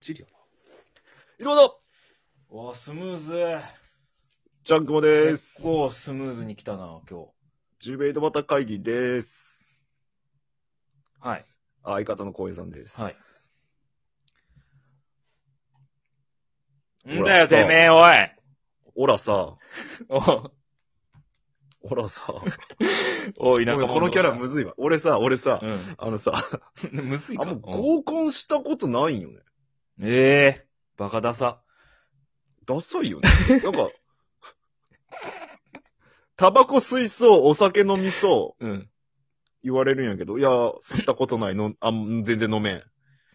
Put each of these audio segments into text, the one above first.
ジリアだ。井戸田おースムーズ。ジャンクモで結す。構スムーズに来たな、今日。ジュベイドバタ会議です。はい。あ相方の光栄さんです。はい。らんだよ、そうてめえ、おい。オラさ、おオラさ。おい、ごなんめかんこのキャラむずいわ。俺さ、俺さ、うん。あのさ、むずいあか。んまうん合 コンしたことないんよね。ええバカダサ。ダサいよね。なんか、タバコ吸いそう、お酒飲みそう、うん。言われるんやけど、いや、吸ったことないの、あん全然飲めん。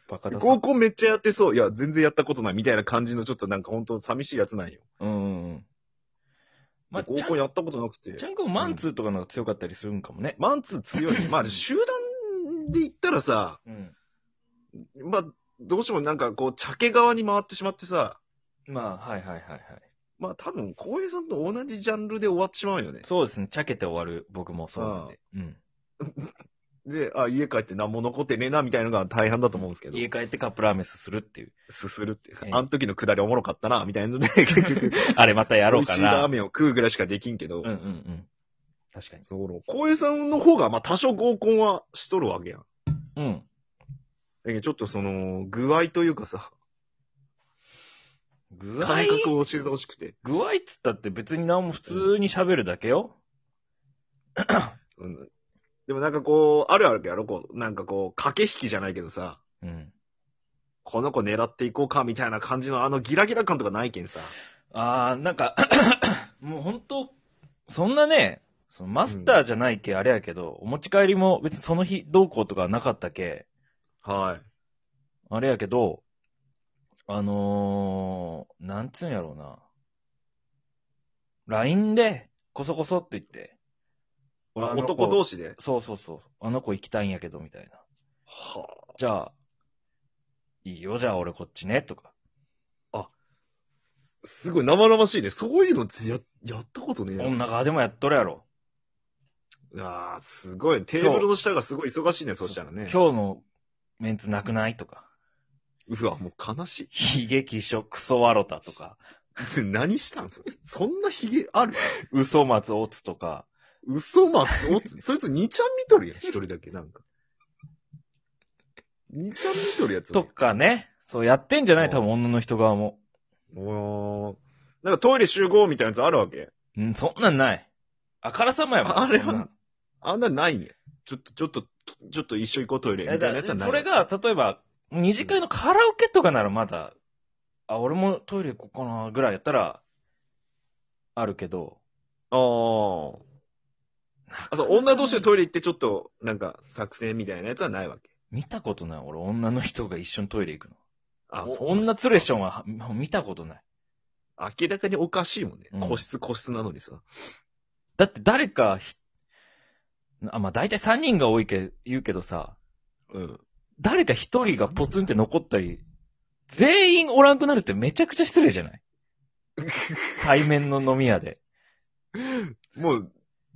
バカダサ。合コンめっちゃやってそう。いや、全然やったことないみたいな感じの、ちょっとなんか本当寂しいやつなんよ。うんうんうん。まあ、合ちゃコンん、やったことなくてち。ゃんくんマンツーとかの方が強かったりするんかもね。マンツー強いね。まあ、集団で言ったらさ、うん。まあ、どうしてもなんかこう、茶け側に回ってしまってさ、まあ、はいはいはいはい。まあ多分、浩平さんと同じジャンルで終わってしまうよね。そうですね、ちゃけて終わる、僕もそうなんで。うん。で、あ、家帰って何も残ってねえな、みたいなのが大半だと思うんですけど。家帰ってカップラーメンすするっていう。すするってえ。えあの時のくだりおもろかったな、みたいなの で、結局、あれまたや美ろう味しかいラーな。メンを食うぐらいしかできんけど、うんうんうん。確かに。そう、浩平さんの方が、まあ多少合コンはしとるわけやん。うん。だけどちょっとその、具合というかさ、具合感覚を教えてほしくて。具合っつったって別に何も普通に喋るだけよ。うんでもなんかこう、あるあるやろこう、なんかこう、駆け引きじゃないけどさ、うん。この子狙っていこうか、みたいな感じの、あのギラギラ感とかないけんさ。あー、なんか、 もう本当そんなね、そのマスターじゃないけ、あれやけど、お持ち帰りも別にその日どうこうとかはなかったけ、はい。あれやけど、あのー、なんつうんやろうな。LINE で、こそこそって言って。まああの子男同士で。そうそうそう。あの子行きたいんやけど、みたいな。はあ。じゃあ、いいよ、じゃあ俺こっちね、とか。すごい生々しいね。そういうのや、やったことねえな。女側でもやっとるやろ。ああ、すごい。テーブルの下がすごい忙しいね、そしたらね。今日のメンツなくないとか。うわ、もう悲し悲劇書クソワロタとか。い。 何したんそれ。そんなヒゲある嘘松オツとか。嘘松、おつ、そ いつ2ちゃん見とるやん、一人だけ、なんか。2ちゃん見とるやつおとるかね。そう、やってんじゃなういん多分女の人側も。やん。おーなんかトイレ集合みたいなやつあるわけうん、そんなんない。あからさまやもん。あれはそんなんあんなないんや。ちょっと、ちょっと、ちょっと一緒行こうトイレ。みたいなやつはない。それ、が、例えば、二次会のカラオケとかならまだ、あ、俺もトイレ行こうかな、ぐらいやったら、あるけど。あーあ。そう、女同士でトイレ行ってちょっと、なんか、作戦みたいなやつはないわけ。見たことない。俺、女の人が一緒にトイレ行くの。あ、おそう。女ツレションはは見たことない。明らかにおかしいもんね。うん個室個室なのにさ。だって誰かひ、あ、まあ、大体3人が多いけ、言うけどさ、うん。誰か1人がポツンって残ったり、全員おらんくなるってめちゃくちゃ失礼じ ゃない対面の飲み屋で。もう、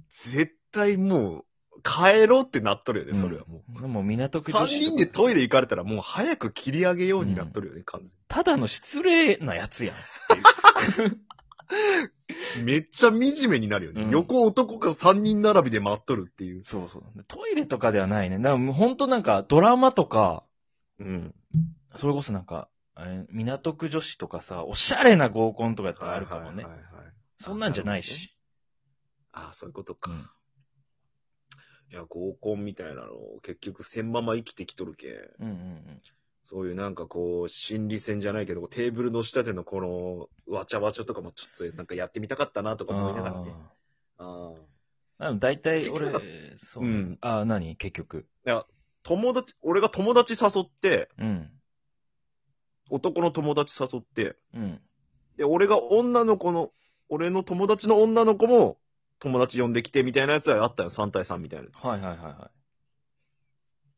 絶対もう、帰ろうってなっとるよね、うんそれはもう。もう港区三女子とか。人でトイレ行かれたらもう早く切り上げようになっとるよね、完ただの失礼なやつやん。 全に。めっちゃ惨めになるよね。うん横男が三人並びで待っとるっていう。そうそう。トイレとかではないね。だからもう本当なんかドラマとか、うん。それこそなんか、えー港区女子とかさ、おしゃれな合コンとかやったらあるかはもね。いはいはいはいそんなんじゃないし。ああ、そういうことか。いや、合コンみたいなのを結局せんまま生きてきとるけ。うんうんうん。そういうなんかこう、心理戦じゃないけど、テーブルの下でのこの、わちゃわちゃとかもちょっとなんかやってみたかったなとか思いながらね。ああ。あだいたい俺結局、そうね。うんあ、何結局。友達、俺が友達誘って、うん。男の友達誘って、うん。で、俺が女の子の、俺の友達の女の子も、友達呼んできてみたいなやつはあったよ。3対3みたいなやつ。はいはいはいは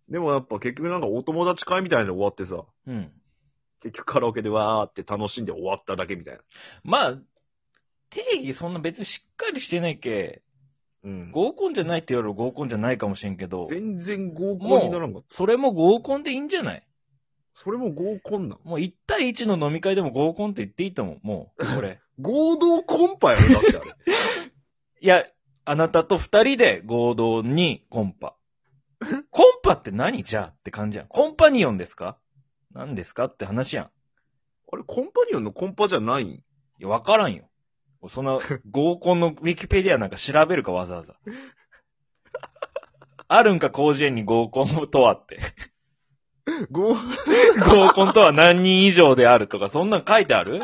でもやっぱ結局なんかお友達会みたいなの終わってさ、い。うん。結局カラオケでわーって楽しんで終わっただけみたいな。まあ、定義そんな別にしっかりしてないけ、うん。合コンじゃないって言われる合コンじゃないかもしれんけど、全然合コンにならんかっそれも合コンでいいんじゃないそれも合コンなのもう1対1の飲み会でも合コンって言っていいと思う、もう、こ れ。合同コンパやろだってあれ。 いや、あなたと二人で合同にコン パ。コンパって何じゃあって感じやん。コンパニオンですか何ですかって話やん。いあれ、コンパニオンのコンパじゃないんや、わからんよ。そ んな合コンのウィキペディアなんか調べるかわざわざ。あるんか、広辞苑に合コンと はって。合、合コンとは何人以上であるとか、そんなん書いてある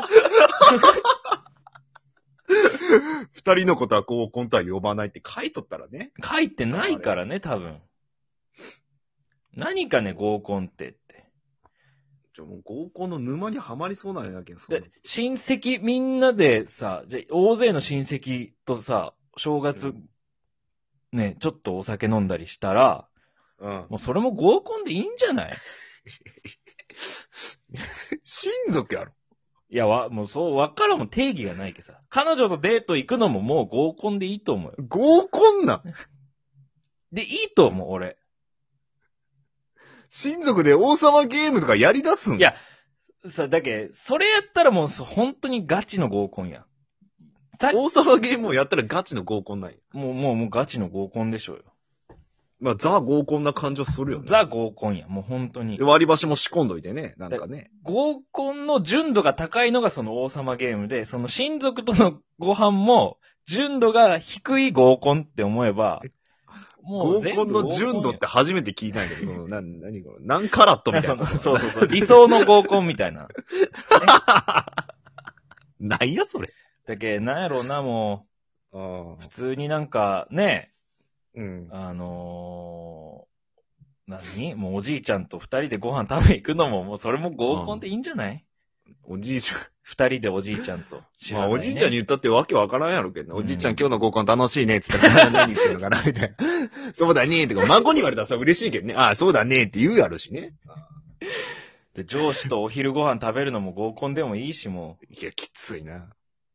二人のことは合コンとは呼ばないって書いとったらね。書いてないからね、多分。何かね、合コンってって。じゃあもう合コンの沼にはまりそうなんやけん、そで、親戚みんなでさ、じゃあ大勢の親戚とさ、正月、うんね、ちょっとお酒飲んだりしたら、うん。もうそれも合コンでいいんじゃない親族やろ。いや、わ、もうそう、わからんもん定義がないけどさ。彼女とデート行くのももう合コンでいいと思うよ。合コンなん。で、いいと思う、俺。親族で王様ゲームとかやり出すんいやさ、だけ、それやったらもうそ本当にガチの合コンやん。さ王様ゲームをやったらガチの合コンなんや。もう、もう、もうガチの合コンでしょうよ。まあ、ザ合コンな感じはするよね。ザ合コンやん、もう本当にで。割り箸も仕込んどいてね、なんかね。合コンの純度が高いのがその王様ゲームで、その親族とのご飯も、純度が低い合コンって思えば、も合う全コン部の純度って初めて聞いたんやけど、その、な、何これ、何カラットみやん。たいそのな。 そうそうそう。理想の合コンみたいな。なんやそれ。だけなんやろうな、もあう、普通になんか、ね、うん。あのー、何もうおじいちゃんと二人でご飯食べ行くのも、もうそれも合コンでいいんじゃないおじいちゃん。二、人でおじいちゃんと。知らまなあ、ねおじいちゃんに言ったってわけわからんやろけどな。うんおじいちゃん今日の合コン楽しいねって言ったら、何言ってんのかなみ たいな。そうだねとか、孫に言われたらさ、嬉しいけどね。ああ、そうだねって言うやろしね。で、上司とお昼ご飯食べるのも合コンでもいいし、もう。いや、きついな。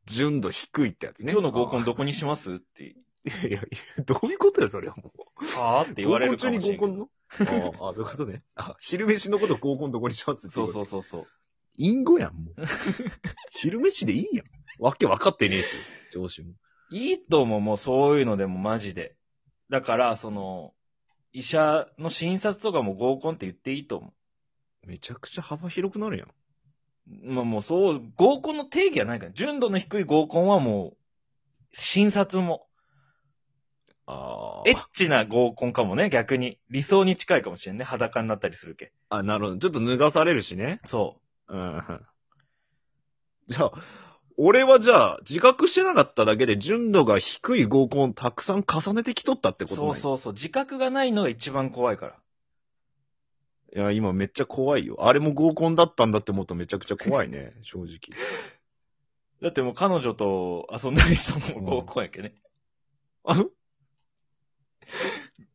純度低いってやつね。今日の合コンど、どこにしますって。いやいやいや、どういうことよ、それはもう。はぁって言われるかもしれんけど。合コン中に合コンのああ、そういうことね。あ、昼飯のこと合コンどこにしますってそいううことそうそうそう。隠語やん、もう。昼飯でいいやん。わけ分かってねえし、上司も。いいと思う、もうそういうのでもマジで。だから、その、医者の診察とかも合コンって言っていいと思めちゃくちゃ幅広くなるやん。う。まあもうそう、合コンの定義はないから。純度の低い合コンはもう、診察も、あエッチな合コンかもね、逆に。理想に近いかもしれんね、裸になったりするけ。あ、なるほど。ちょっと脱がされるしね。そうん。じゃあ、俺はじゃあ、自覚してなかっただけで純度が低い合コンたくさん重ねてきとったってう。ことそううそうそう。自覚がないのが一番怖いから。そう。いや、今めっちゃ怖いよ。あれも合コンだったんだって思うとめちゃくちゃ怖いね、正直。だってもう彼女と遊んだりしたのも合コンやけね。 あの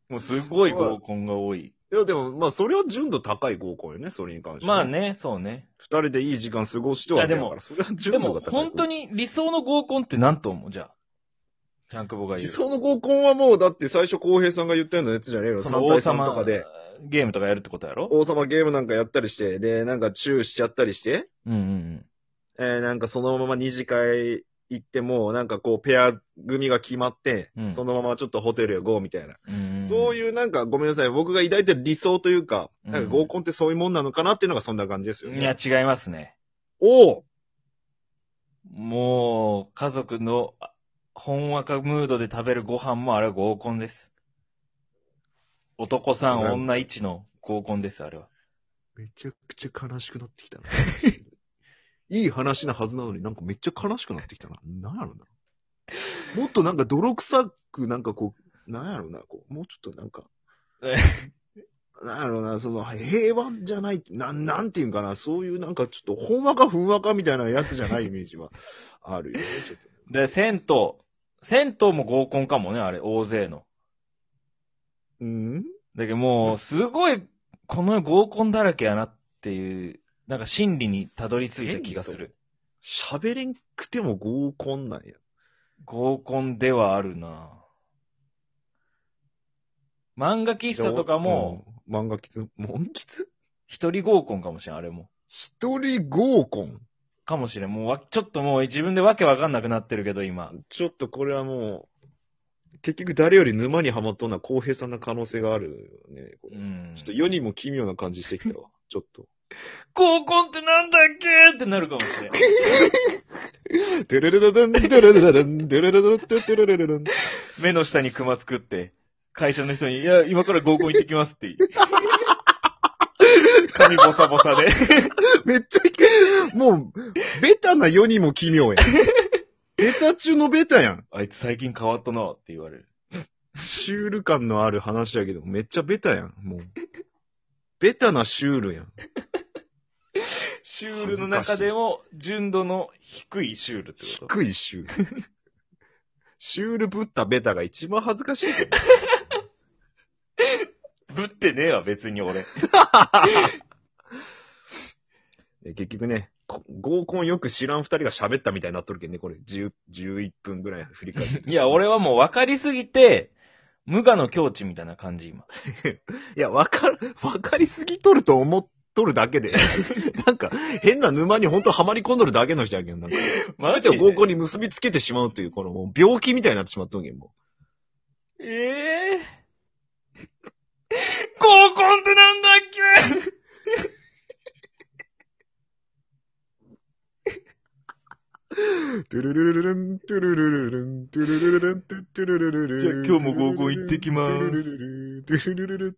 もうすごい合コンが多い。いや、でも、まあ、それは純度高い合コンよね、それに関しては。まあね、そうね。二人でいい時間過ごしてはいやだでかもら、それはで純度もが高い。本当に。に理想の合コンって何と思うじゃあ。ジャンクボが言う。その合コンはもう、だって最初、浩平さんが言ったようなやつじゃねえよ。そ3の対3とかで、ゲームとかやるってことやろ王様ゲームなんかやったりして、で、なんかチューしちゃったりして、うんうんうん。えー、なんかそのまま二次会行っても、なんかこう、ペア組が決まって、うんそのままちょっとホテルへゴーみたいな。うんうんそういうなんか、ごめんなさい、僕が抱いてる理想というか、うんなんか合コンってそういうもんなのかなっていうのがそんな感じですよね。いや、違いますね。おうもう、家族のあほんわかムードで食べるご飯もあれは合コンです。男さん、女一の合コンです、あれは。めちゃくちゃ悲しくなってき たな。いい話なはずなのになんかめっちゃ悲しくなってきたな。なんやろな。もっとなんか泥臭く、なんかこう、なんやろな、こう、もうちょっとなん かえ、なんやろな、その平和じゃない、なん、なんていうんかな、そういうなんかちょっと、ほんわかふんわかみたいなやつじゃないイメージはあるよ ね、ちょっと。で、銭湯。銭湯も合コンかもね、あれ、大勢の。うんだけどもう、すごい、この世合コンだらけやなっていう、なんか心理にたどり着いた気がする。喋れんくても合コンなんや。合コンではあるな漫画喫茶とかも、うん、漫画喫、モン喫一人合コンかもしれん、あれも。一人合コン。かもしれん。もうわ、ちょっともう自分でわけわかんなくなってるけど、今。ちょっとこれはもう、結局誰より沼にはまったのは浩平さんな可能性があるよね。こうれん。ちょっと世にも奇妙な感じしてきた わ。ちょっと。合コンってなんだっけってなるかもしれん。てれれれれん、てれれれれん、てれれれれん、てれれれれん。 目の下にクマ作って、会社の人に、いや、今から合コン行ってきますって。 髪ボサボサで。めっちゃ、もう、ベタな世にも奇 妙やん。ベタ中のベタやん。 あいつ最近変わったなって言われる。シュール感のある話やけど、めっちゃベタやん。もう。ベタなシュールやん。シュールの中でも、純度の低いシュールってこと。低いシュール。 シュールぶったベタが一番恥ずかしいけど。ぶってねえわ、別に俺。 え結局ね、こ合コンよく知らん二人が喋ったみたいになっとるけんね、これ。10 11分ぐらい振り返って。いや、俺はもう分かりすぎて、無我の境地みたいな感じ、今。いや、わかる、わかりすぎとると思っとるだけ で。なんか、変な沼に本当はまり込んどるだけの人やけん。なんか、マ全てを合コンに結びつけてしまうという、このもう病気みたいになってしまっとんけん、もええ合コンってなんだっけう。トゥルルルルン、トゥルルルルン、トゥルルルルン、トゥルルルルルン。 じゃあ今日も合コン行ってきますトゥルルルルントゥルルルルン